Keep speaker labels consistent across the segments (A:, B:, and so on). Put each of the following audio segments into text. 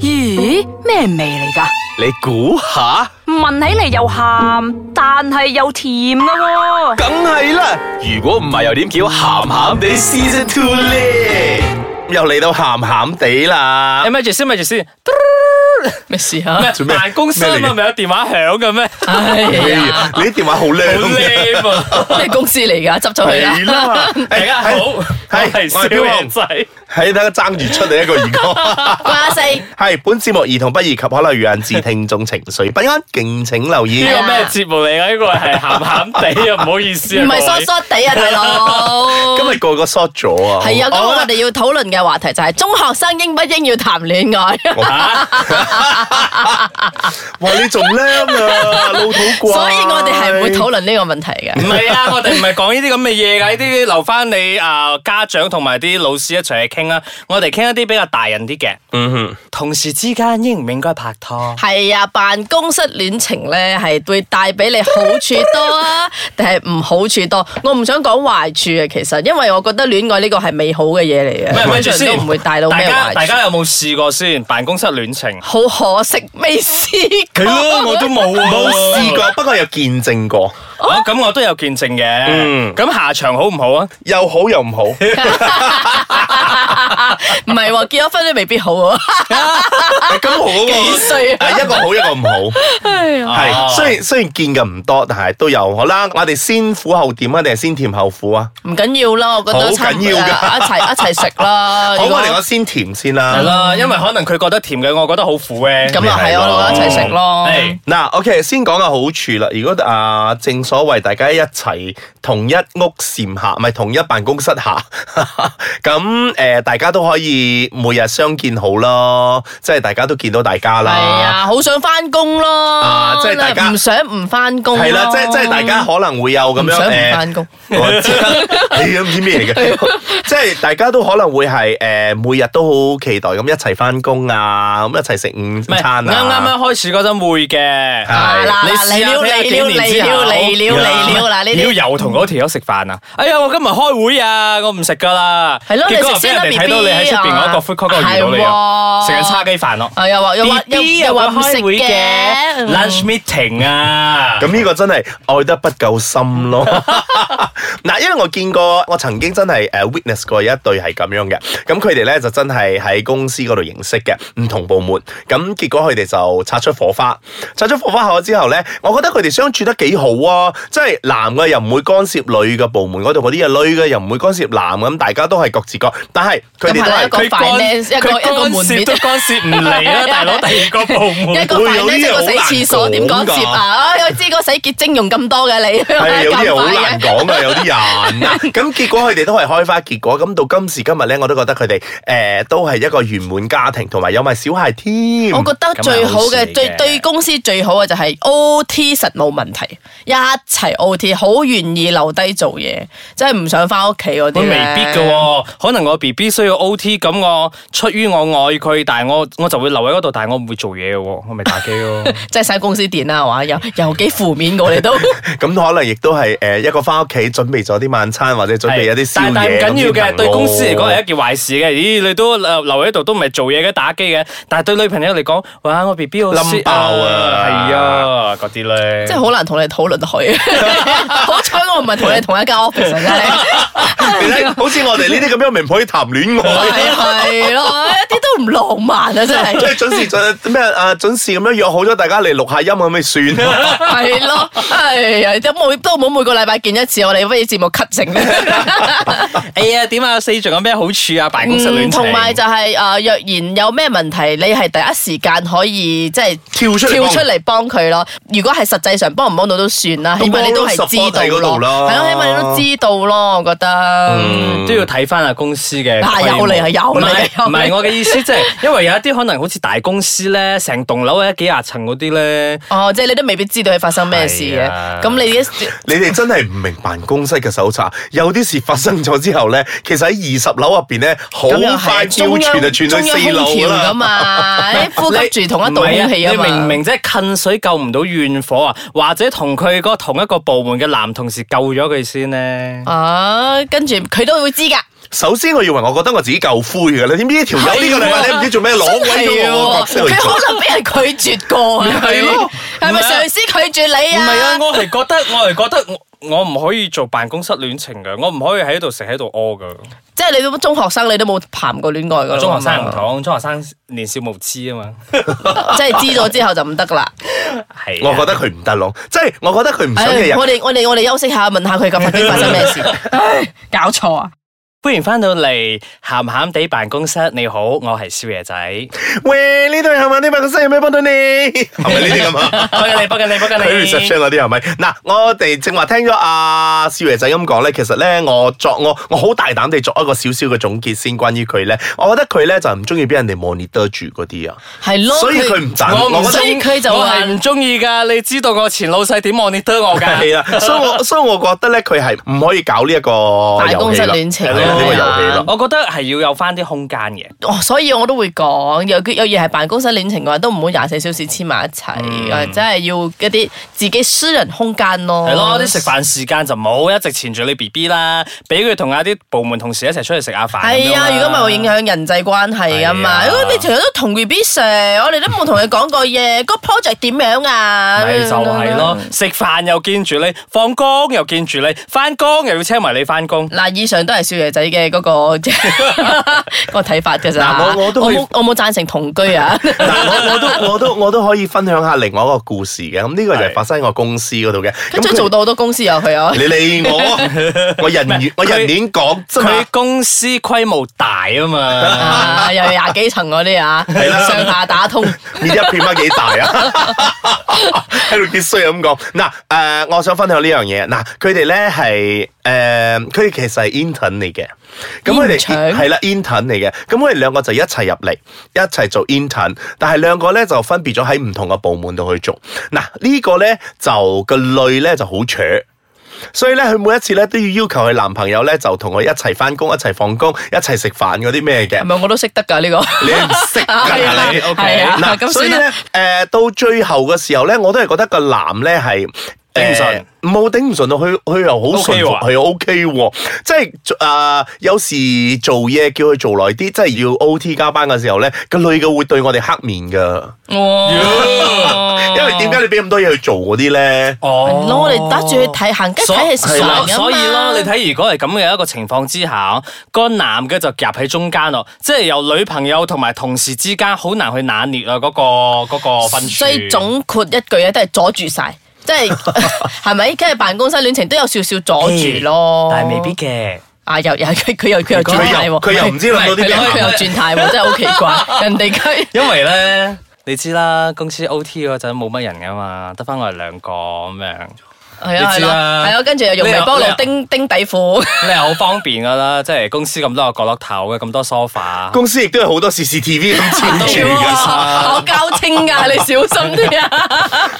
A: 咦，咩味嚟噶？
B: 你估下，
A: 聞起嚟又鹹，但係又甜噶喎、
B: 梗係啦。如果唔係，又點叫鹹鹹地 Season Two 咧？又嚟到鹹鹹地啦
C: 誒，咪住先，咪住先。嘟
D: 咩事啊？
C: 咩
B: 咩
C: 辦公室啊
B: 咩嚟
C: 嘛，
B: 嘅
C: 咪有電話響嘅咩？好
D: 哎
B: 哎
D: 呀，
B: 呀你啲電話好靚嘅。
C: lame 啊！
D: 咩公司嚟噶？執咗佢
B: 係
D: 啦。
B: 啦，誒
C: 大家好，我
B: 係
C: 係
B: 我係
C: 小
B: 標
C: 王
B: 紅，
C: 仔。
B: 喺度爭住出嚟一個兒歌。
D: 瓜四，
B: 係本節目兒童不宜及可能有引致聽眾情緒不安，敬請留意
C: 呢。個咩節目嚟㗎？呢個係鹹鹹地啊，唔好意思啊，
D: 唔係
C: 各位啊
D: 疏疏地啊，大佬。
B: 今日個個 short 咗啊！
D: 係啊，咁
B: 我
D: 我哋要討論嘅話題就係中學生應不應要談戀 愛，
B: 哇，你仲叻啊，老土怪。
D: 所以我哋係唔會討論呢個問題嘅。
C: 唔係啊，我哋唔係講呢啲咁嘅嘢㗎，呢啲留翻你啊、家長同埋啲老師一齊去傾啦。我哋傾一啲比較大人啲嘅。嗯哼，同事之間應唔應該拍拖？
D: 係啊，辦公室戀情咧係會帶俾你好處多啊， 定係唔好處多？我唔想講壞處啊，其實因為我覺得戀愛呢個係美好嘅嘢嚟嘅，
C: 咪
D: 通
C: 住
D: 常都唔會帶到
C: 大
D: 咩
C: 家
D: 壞
C: 大
D: 處。
C: 家有冇試過先辦公室戀情？
D: 好可惜未試過。啊
C: 都冇
B: 冇試。過，不過有見證過，
C: 啊，咁我都有見證嘅。咁下場好唔好啊？
B: 又好又唔好。你
D: 唔係喎，結咗婚都未必好 喎，
B: 咁我嗰
D: 幾
B: 個
D: 歲啊？
B: 係一個好一個唔好，
C: 哦
B: 係雖然雖然見嘅唔多，但係都有。好啦，我哋先苦後甜啊，定係先甜後苦啊？
D: 唔緊要啦，我覺
B: 好
D: 得
B: 緊
D: 差唔多
B: 要㗎
D: 啦一齊一齊食
B: 好，
D: 啦。啊如
B: 我
D: 果
B: 哋講先甜先
C: 係
B: 啦。
C: 啦，因為可能佢覺得甜嘅，我覺得好苦嘅。
D: 咁啊係，我哋一齊食咯。
C: 係
B: 嗱，OK，先講下好處啦。如果啊，正所謂大家一齊同一屋檐下，唔係同一辦公室下， 咁誒、呃大家都可以每日相見好咯，即係大家都見到大家啦。
D: 係啊，好想翻工咯。
B: 啊即係大家
D: 唔想唔翻工。
B: 係啦，即係即係大家可能會有咁
D: 唔
B: 樣
D: 想唔
B: 誒
D: 翻工。
B: 我知 你都唔知咩嚟嘅，即係大家都可能會係誒、呃每日都好期待咁一齊翻工啊，咁一齊食
C: 唔
B: 午
C: 係
B: 餐
C: 啱
B: 啊，
C: 啱啱開始嗰陣會嘅。
D: 啊
B: 係
D: 嗱
C: 你
D: 嗱，
C: 試
D: 嚟
C: 下
D: 料
C: 睇下
D: 嚟
C: 幾
D: 料
C: 年
D: 嚟
C: 之後
D: 料嚟料嚟料啦呢啲。
C: 要又同嗰條友食飯啊！哎呀，我今日開會啊，我唔食噶啦。
D: 係咯
C: 結果
D: 你食先啦
C: 俾人哋睇到你喺出邊嗰個 food court 嗰度遇到你啊，
D: 係喎
C: 食緊叉雞飯咯。
D: 啊又話又話
C: BB
D: 又又話唔食
C: 開會
D: 嘅嗯
C: lunch meeting 啊，
B: 咁呢個真係愛得不夠深咯。 嗱，因為我見過，我曾經真係誒 witness 過有一對係咁樣嘅，咁佢哋咧就真係喺公司嗰度認識嘅，唔同部門，咁結果佢哋就擦出火花，擦出火花後之後咧，我覺得佢哋相處得幾好啊，即係男嘅又唔會干涉女嘅部門嗰度嗰啲嘢，女嘅又唔會干涉男咁，大家都係各自各，但係佢哋都
D: 咁係啦一個
B: 係。
C: 佢干
D: finance，一個
C: 佢
D: 一個門
C: 干涉
D: 面
C: 都干涉唔嚟啦，大佬第二個部門
D: 一個
B: 會有
D: 飯
B: 啲
D: 咧，
B: 嘢
D: 即係
B: 好
D: 個洗
B: 難
D: 廁所點講接
B: 講㗎
D: 啊？啊我知個洗潔精用 咁多嘅你，
B: 係有啲人好難
D: 咁快嘅。
B: 講啊，有啲人 啊，咁結果佢哋都係開花結果，咁到今時今日咧，我都覺得佢哋誒都係一個圓滿家庭，同埋有埋小孩添。
D: 我覺得最
C: 嗯咁
D: 好
C: 係好事嚟
D: 嘅
C: 嘅
D: 最對公司最好嘅就係 O T 實冇問題，一齊 O T 好願意留低做嘢，真係唔想翻屋企嗰
C: 我
D: 啲
C: 未
D: 咧
C: 必嘅喎、可能我 B B 需要 O T，咁我出於我愛佢，但係我我就會留喺嗰度，但係我唔會做嘢嘅喎，我咪打機咯。
D: 即係嘥公司電啊啦，係嘛？又又幾負面我 哋都。
B: 咁可能亦都係誒一個翻屋企準備咗啲晚餐，或者準備一啲宵
C: 但但唔
B: 夜。
C: 緊要
B: 咁先行
C: 嘅，
B: 咯
C: 對公司嚟講係一件壞事嘅。咦，你都留留喺度都唔係做嘢嘅，打機嘅。但係對女朋友嚟講，哇，我 B Ờ, B 好
B: 冧
C: sweet
B: 爆啊
C: 係啊，嗰啲咧，
D: 即係好難同你討論佢。 好彩我唔係同你同一間 office 啊真係。
B: 你睇，好似我哋呢啲咁樣，咪唔可以談 戀愛。
D: 係係咯，一啲都唔浪漫啊！真
B: 即
D: 係
B: 係準時準咩啊？準時咁樣約好咗，大家嚟錄下音咁咪 算。
D: 係咯，係啊，都每都冇每個禮拜見一次，我哋不如節目 cut 成
C: 哎呀，點啊？四仲有咩好處啊？辦公室戀情
D: 嗯同埋就係、誒、若然有咩問題，你係第一時間可以即係
B: 跳出嚟
D: 跳
B: 幫
D: 出嚟幫佢咯。如果係實際上幫唔幫到都算啦，
B: 咁
D: 起碼你都係
B: moral
D: 知
B: support 喺嗰
D: 道
B: 度嗯啦
D: 咯，係咯，起碼你都知道咯，我覺得。
C: 都要睇翻啊公司嘅
D: 啊
C: 規模
D: 有嚟啊有嚟
C: 唔係
D: 有嚟
C: 唔係我嘅意思，即係因為有一啲可能好似大公司 咧，成棟樓咧幾廿層嗰啲咧，
D: 哦，即係你都未必知道佢發生咩事嘅
C: 係啊，
D: 咁你啲
B: 你哋真係唔明辦公室嘅搜查，有啲事發生咗之後咧， 其實喺二十樓入邊咧，好
D: 咁又
B: 快
D: 係啊
B: 照
D: 中
B: 傳
D: 央
B: 就傳
D: 中
B: 去
D: 央
B: 四
D: 空
B: 樓
D: 調
B: 啦
D: 噶。 嘛，你呼吸住同一道空氣啊
C: 你
D: 嘛，
C: 明明即係近水救唔到怨火啊，或者同佢嗰同一個部門嘅男同事救咗佢先咧。
D: 啊，跟住佢都會知噶，
B: 首先我以為我覺得我自己夠灰嘅啦，點知呢
D: 啊
B: 條友呢個禮拜你唔知做咩攞鬼咗我個角色去
D: 佢
B: 做。
D: 可能俾人拒絕過啊！
C: 係咯
D: 係咪
C: 唔係啊
D: 上司拒絕你
C: 唔係啊
D: 啊？，
C: 我係覺得我係覺得我。我唔可以做辦公室戀情嘅，我唔可以喺度食喺度屙 噶。
D: 即係你都中學生，你都冇談過戀愛噶
C: 中學生唔，同，中學生年少無知啊嘛。
D: 即係知咗之後就唔得㗎啦。
C: 係啊
B: 我覺得佢唔得咯，即係我覺得佢唔想嘅
D: 唉
B: 人
D: 我哋我哋我哋休息下，問下佢究竟發生咩事？唉搞錯啊！
C: 歡迎翻到嚟鹹鹹地辦公室，你好，我係少爺仔。
B: 喂，呢度係咪呢辦公室有咩幫到你？係咪呢啲咁啊？
C: 幫緊你，幫緊你，幫緊
B: 佢
C: 你。
B: reception 嗰啲係咪？嗱，我哋正話聽咗阿少爺仔咁講咧，其實咧我作我我好大膽地作一個少少嘅總結先，關於佢咧，我覺得佢咧就唔中意俾人哋 monitor 住嗰啲啊，
D: 係咯，
B: 所以佢唔賺
C: 我
B: 我覺得
C: 唔
D: 所
C: 中
D: 以
C: 意，
D: 佢就
C: 我
D: 話
C: 係唔中意噶。你知道我前老細點 monitor 我 噶？
B: 係啦，啊所以 我所以我覺得咧佢係唔可以搞呢一個
D: 辦公室
B: 遊戲啦
D: 戀情
B: 係啦呢個遊戲啦
D: 啊。
C: 我覺得係要有翻啲空間嘅。
D: 哦，所以我都會講，有有嘢係辦公室戀情嘅話，都唔好廿四小時黐埋一齊，或者係要一啲自己私人空間咯。
C: 係咯，啲食飯時間就唔好一直纏住你 B B 啦，俾佢同下啲部門同事一齊出去食下飯。
D: 係啊，如果唔係會影
C: 響。
D: 響人際關係噶嘛。
C: 係啊
D: 如果你成日都同 B B 食，我哋都冇同佢講過嘢，個 project 點樣啊？
C: 咪就係咯，
D: 嗯
C: 食飯又見住你，放工又見住你，翻工又要車埋你翻工。
D: 嗱，以上都係少爺仔嘅嗰個 個睇法嘅咋。
B: 嗱我我都可以
D: 冇我冇贊成同居啊。
B: 嗱，我我都我都我都可以分享下另外一個故事嘅，咁呢個就係
C: 係
B: 發生喺我公司嗰度嘅。
D: 跟
B: 咁
D: 住
B: 佢
D: 做到好多公司有佢啊。
B: 你理我，我 人緣我人面講啫嘛
C: 佢。公司規模大啊嘛。
D: 啊，又有廿幾層嗰啲啊，
B: 啦
D: 上下打通。
B: 呢一片乜幾大啊？ 喺度必須咁講。嗱，誒、我想分享呢樣嘢。嗱，佢哋咧係誒，佢哋其實係 intern 嚟嘅。咁佢哋
D: 現場
B: 係啦，intern 嚟嘅。咁佢哋兩個就一齊入嚟，一齊做 intern。但係兩個咧就分別咗喺唔同嘅部門度去做。嗱，呢個咧就個女咧就好扯。所以咧，佢每一次咧都要要求佢男朋友咧就同佢一齊翻工、一齊放工、一齊食飯嗰啲咩嘅
D: 係。咪我都識得㗎呢個？
B: 你唔識
D: 係啊
B: 㗎你，OK
D: 係啊咁
B: 嗱，所以
D: 算
B: 咧，誒到最後嘅時候咧，我都係覺得個男咧係。
C: 頂唔順
B: 誒，冇頂唔順到佢，佢又好順
C: OK
B: 服，
C: 喎
B: 佢 OK 喎，即係誒、呃有時做嘢叫佢做耐啲，即係要 OT 加班嘅時候咧，個女嘅會對我哋黑面噶，
C: 哦
D: 哇！
B: 因為點解你俾咁多嘢去做嗰啲咧？
C: 哦
D: 攞我哋打住去睇行街睇係
C: 所
D: 食啊飯㗎嘛
C: 所以咯，你睇如果係咁嘅一個情況之下，個男嘅就夾喺中間咯，即係由女朋友同埋同事之間好難去拿捏啊嗰、個嗰、個分
D: 所以
C: 寸。
D: 總括一句咧，都係阻住晒，即係 係咪？跟住辦公室戀情都有少少阻住咯，
C: 但係未必嘅。
D: 啊！又又佢佢又佢又轉態
B: 佢又
D: 喎，
B: 佢又唔知諗到啲
D: 係
B: 咩
D: 咯，。佢又轉態喎，真係好奇怪。人哋佢
C: 因為咧，你知啦，公司 O T 嗰陣冇乜人噶嘛，得翻我哋兩個咁樣，
D: 係啊
C: 你
D: 係
C: 知
D: 咯
C: 啦
D: 係咯，跟住又用微波
C: 你又
D: 爐叮叮底褲，
C: 你係好方便噶啦，即係公司咁多個角落頭嘅咁多 sofa。
B: 公司亦都有好多 CCTV 咁照住
C: 係
B: 㗎。
C: 啊
D: 我交清㗎，你小心啲啊！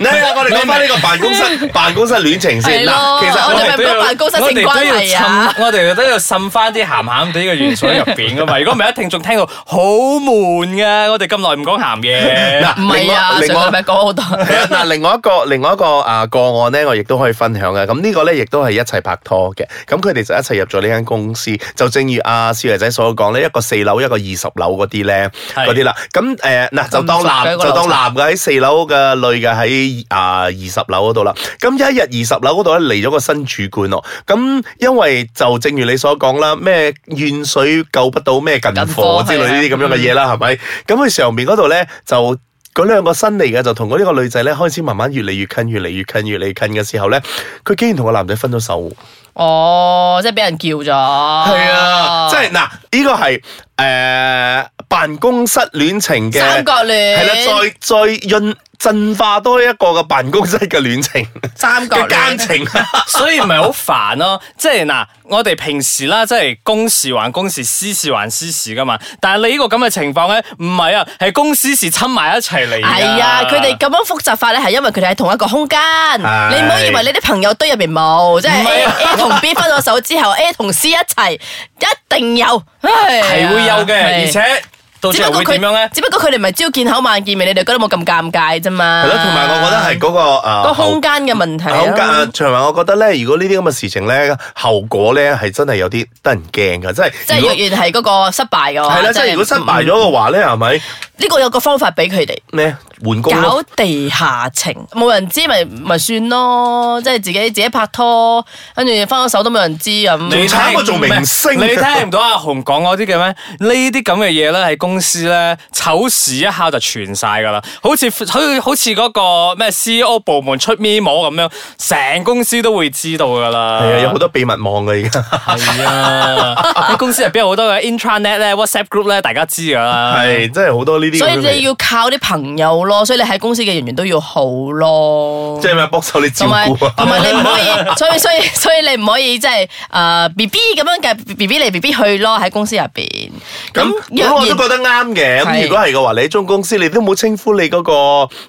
B: 嗱，哎我哋講翻呢個辦公 室辦公室戀情先。
D: 係
B: 嗱，
D: 咯
B: 其
C: 哦
B: 實
D: 我
B: 我
D: 哋
B: 哋
D: 咪講辦公室性
C: 我哋都要
D: 關係啊
C: 滲我哋都要滲翻啲鹹鹹地嘅元素喺入邊噶嘛。如果唔係，一聽眾聽到好悶噶。我哋咁耐唔講鹹 嘢，
B: 嗱，
D: 唔係啊，
B: 另外
D: 上個禮拜講好多。
B: 係啊 嗱，另外一個另外一個啊個案咧，我亦都可以分享嘅。咁呢個咧，亦都係一齊拍拖嘅。咁佢哋就一齊入咗呢間公司。就正如阿少爺仔所講咧，一個四樓，一個二十樓嗰啲咧，
C: 係
B: 嗰啲啦。咁誒嗱，就當
D: 咁熟嘅一
B: 男
D: 個
B: 就當
D: 樓層
B: 男嘅喺四樓嘅，女嘅喺啊二十樓嗰度啦。咁有一日二十樓嗰度咧嚟咗個新主管咯。咁因為就正如你所講啦，咩遠水救不到咩近
D: 近
B: 火
D: 火
B: 之類呢啲
D: 係啊
B: 咁樣嘅嘢啦，係咪？咁佢上面嗰度咧就。嗰兩個新嚟嘅就同嗰呢個女仔咧開始慢慢越嚟越近，越嚟越近，越嚟越近嘅時候咧，佢竟然同個男仔分咗手。
D: 哦，即係俾人叫咗。係啊
B: 即係啊嗱，呢個係誒辦公室戀情嘅
D: 三角戀
B: 係啦，再再潤進化多一個嘅辦公室嘅戀情
D: 三角
B: 嘅
D: 戀
B: 奸情。
C: 所以咪好煩咯。即係嗱，我哋平時啦，即係公事還公事，私事還私事噶嘛。但係你呢個咁嘅情況咧，唔係啊，係公司事侵埋一齊嚟㗎。
D: 係啊，佢哋咁樣複雜法咧，係因為佢哋喺同一個空間。
B: 係啊
D: 你唔好以為你啲朋友堆入邊冇，即係 A, A 同 B 分咗手之後，A 同 C 一齊，一定有，係
C: 係會有嘅，而且到最
D: 只不
C: 後
D: 過
C: 會點樣咧
D: 佢，？只不過佢哋唔係朝見口晚見面，你哋覺得冇咁尷尬啫嘛。
B: 係咯，同埋我覺得係嗰個啊誒
D: 個空間嘅問題啊。
B: 好啊，同埋我覺得咧，如果呢啲咁嘅事情咧，後果咧係真係有啲得人驚㗎，即係
D: 即係
B: 如
D: 若
B: 果
D: 然係嗰個失敗嘅話，嗯
B: 係啦，即係如果失敗咗嘅話咧，係咪
D: 呢個有個方法俾佢哋。
B: 咩換工咯
D: 搞地下情，冇人知咪咪算咯，即係自己自己拍拖，跟住翻咗手都冇人知
B: 仲
D: 咁。
B: 慘過做明星啊
C: 你聽唔到阿紅講嗰啲嘅咩？呢啲咁嘅嘢咧，喺公司咧，醜事一下就傳晒噶啦。好似好似好似嗰個咩 CEO 部門出 memo 咁樣，成公司都會知道噶啦。
B: 係啊，有好多秘密網㗎而家。
C: 係啊， 喺公司入邊有好多嘅 intranet 咧、WhatsApp group 咧，大家知噶啦。
B: 係，真係好多呢啲咁
D: 所以
B: 樣嘅嘢。
D: 你要靠啲朋友咯，所以你喺公司嘅人員都要好咯。
B: 即係咪幫手你照
D: 同埋
B: 顧啊？
D: 同埋你唔可以， 所以所以所以你唔可以即係誒 B B 咁樣嘅 B B 嚟 B B 去咯喺公司入邊。
B: 咁咁我都覺
D: 然
B: 得啱嘅。咁
D: 係
B: 如果係嘅話，你喺中公司你都冇稱呼你嗰個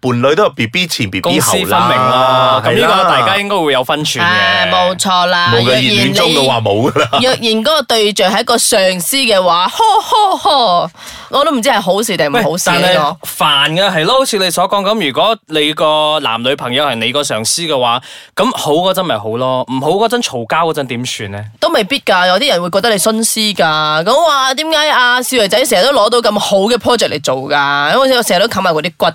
B: 伴侶都係 B B 前 B
C: 公
B: B
C: 私
B: 後
C: 分明
B: 啦
C: 啦，，咁呢
B: 係
C: 個
B: 啦
C: 大家應該會有分寸
D: 啊
C: 嘅。
D: 冇錯啦，
B: 冇嘅
D: 若然
B: 熱戀中嘅
D: 你
B: 話冇噶啦。
D: 若然嗰個對象係一個上司嘅話，呵呵呵，我都唔知係好事定唔
C: 喂
D: 好事
C: 但係
D: 呢
C: 煩嘅係咯，好似你所講咁，如果你個男女朋友係你個上司嘅話，咁好嗰陣咪好咯，唔好嗰陣嘈交嗰陣點算咧？
D: 個都未必㗎。有啲人會覺得你徇私㗎，咁話點解阿少爺仔成日都攞到咁好嘅 project 嚟做㗎？因為我成日都冚埋嗰啲骨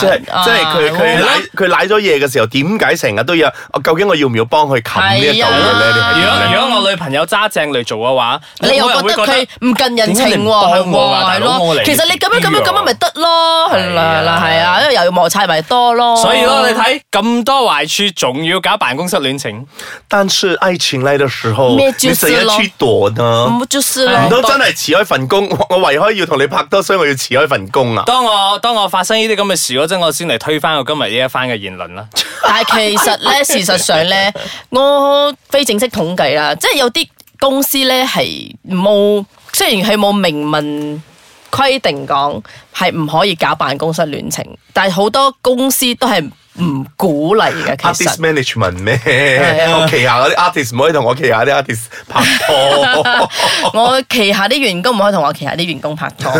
B: 即係即係佢佢
D: 啊
B: 舐佢舐咗嘢嘅時候，點解成日都要？我究竟我要唔要幫佢冚呢一嚿嘢咧？
D: 係啊
B: 你係
C: 如
B: 點
C: 果
B: 咧
C: 如果我女朋友揸正嚟做嘅話，
D: 你又
C: 我
D: 覺
C: 會
D: 得佢唔近人
C: 點解
D: 情
C: 你唔
D: 喎，
C: 幫
D: 係
C: 我啊
D: 喎，
C: 大
D: 係
C: 佬我
D: 咯
C: 嚟。
D: 其實你咁樣咁樣咁樣咪得咯，係
C: 係啊
D: 啦啦，係啊，因為又要摩擦咪多咯。
C: 所以咯，你睇咁多壞處，仲要搞辦公室戀情，
B: 但是愛情嚟嘅時候，
D: 咩招
B: 你成日
D: 式咯
B: 去躲呢？
D: 唔就是
B: 唔通
D: 咯。
B: 真係辭開份工？我我為開要同你拍拖，所以我要辭開份工啊！
C: 當我當我發生呢啲咁嘅事嗰陣，我先嚟推翻我今日呢一番嘅言論啦。
D: 但係其實咧，事實上咧，我非正式統計啦，即係有啲公司咧係冇，雖然佢冇明文規定講係唔可以搞辦公室戀情，但係好多公司都係唔鼓勵 嘅。其
B: artist
D: 實
B: management 咩？
D: 係啊
B: 我旗下嗰啲 artist 唔可以同我旗下啲 artist 拍 拖。
D: 我旗下啲員工唔可以同我旗下啲員工拍拖，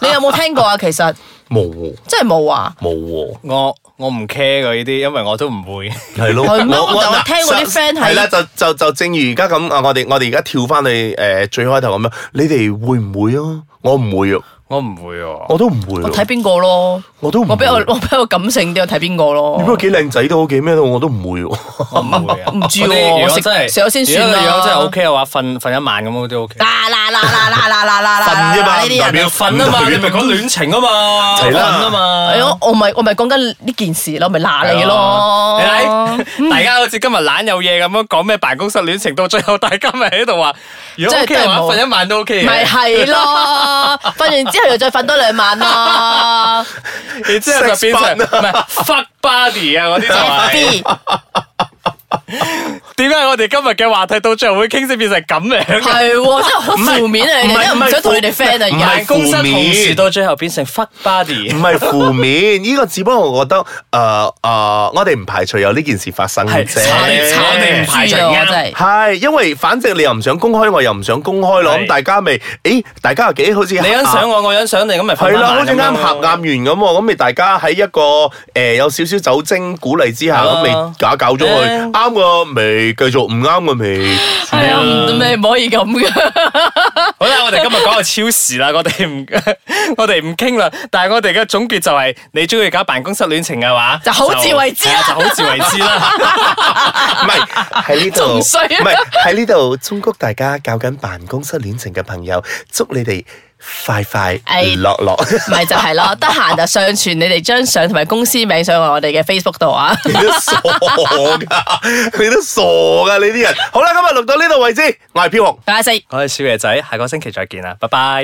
D: 你有冇聽過啊？其實
B: 冇喎
D: 真係 冇啊！
B: 冇喎，
C: 我我唔 care 嘅呢啲，因為我都唔會。
B: 係咯。
D: 係咩我就話聽我啲 friend 係
B: 係啦，就就就正如而家咁啊！我哋我哋而家跳翻去誒最開頭咁樣，你哋會唔會啊？我唔會啊，
C: 我唔會喎。
B: 我都唔會
D: 我睇
B: 啊，
D: 邊個咯，
B: 我都唔會
D: 我比較我比較感性啲，我睇邊個咯。
B: 你不過幾靚仔都好，幾咩都好我都唔 會喎。
C: 我唔會啊！
D: 唔知喎
C: 我哋如果
D: 食
C: 真係
D: 食咗先算啦
C: 如果真係 OK 嘅話，瞓瞓一晚咁我都 OK。
D: 啦啦啦啦啦啦啦啦啦！
B: 瞓啫嘛
D: 呢啲
B: 唔
D: 人
B: 代表
C: 瞓啊嘛，你咪講戀情啊嘛，
B: 係啦
C: 瞓啊嘛。
D: 哎呀，我咪我咪講緊呢件事咯，咪嗱你
C: 你
D: 咯，
C: 睇，大家好似今日懶有嘢咁樣講咩辦公室戀情，到最後大家咪喺度話，如果
D: 真
C: OK
D: 係
C: 嘅話，
D: 都係冇
C: 瞓一晚都 OK
D: 咪
C: 嘅。
D: 係咯，瞓完之後又再瞓多兩 晚咯。
C: 然之後就變成
B: Sex
C: 唔係 fuck body 啊嗰啲就係。
D: B
C: 點解我哋今日嘅話題到最後會傾先變成咁樣嘅？
D: 係喎，真係好負面啊！你哋真係唔想同你哋 friend
B: 唔係
D: 啊
C: 辦公室
B: 負
C: 同
B: 面
C: 事到最後變成 fuck body
B: 唔。係負面，呢個只不過我覺得誒誒，呃我哋唔排除有呢件事發生
C: 係
B: 啫。
D: 而家，
C: 係炒你唔排除
D: 知啊我
C: 啱
D: 真係。
B: 係，因為反正你又唔想公開，我又唔想公開咯，
C: 係
B: 咁大家咪，誒，大家又幾好似
C: 你欣賞我，我欣賞你，咁咪
B: 係
C: 瞓
B: 啦，
C: 翻
B: 好似啱
C: 晚咁
B: 合
C: 咯
B: 眼緣咁喎，咁咪大家喺一個誒、呃有少少酒精鼓勵之下，
C: 係啊
B: 咁咪搞搞咗佢，
C: 誒
B: 啱嘅咪繼續，唔啱嘅 咪。
D: 係啊，唔你唔可以咁嘅。
C: 好啦，我哋今日講個超時啦，我哋唔 我哋唔傾啦。但係我哋嘅總結就係、你中意搞辦公室戀情嘅話，
D: 就好自為之啦
C: 係啊就好自為之啦。
B: 唔係喺呢度，唔
D: 仲衰啊
B: 係喺呢度，中谷大家搞緊辦公室戀情嘅朋友，祝你哋快快
D: 哎
B: 樂樂。
D: 咪就係咯，得閒就上傳你哋張相同埋公司名上我哋嘅 Facebook 度啊。
B: 你都傻噶，你都傻噶，你啲人。好啦，今日錄到呢度為止，我係飄紅。
D: 拜拜四。
C: 我係小爺仔，下個星期再見啦，拜拜。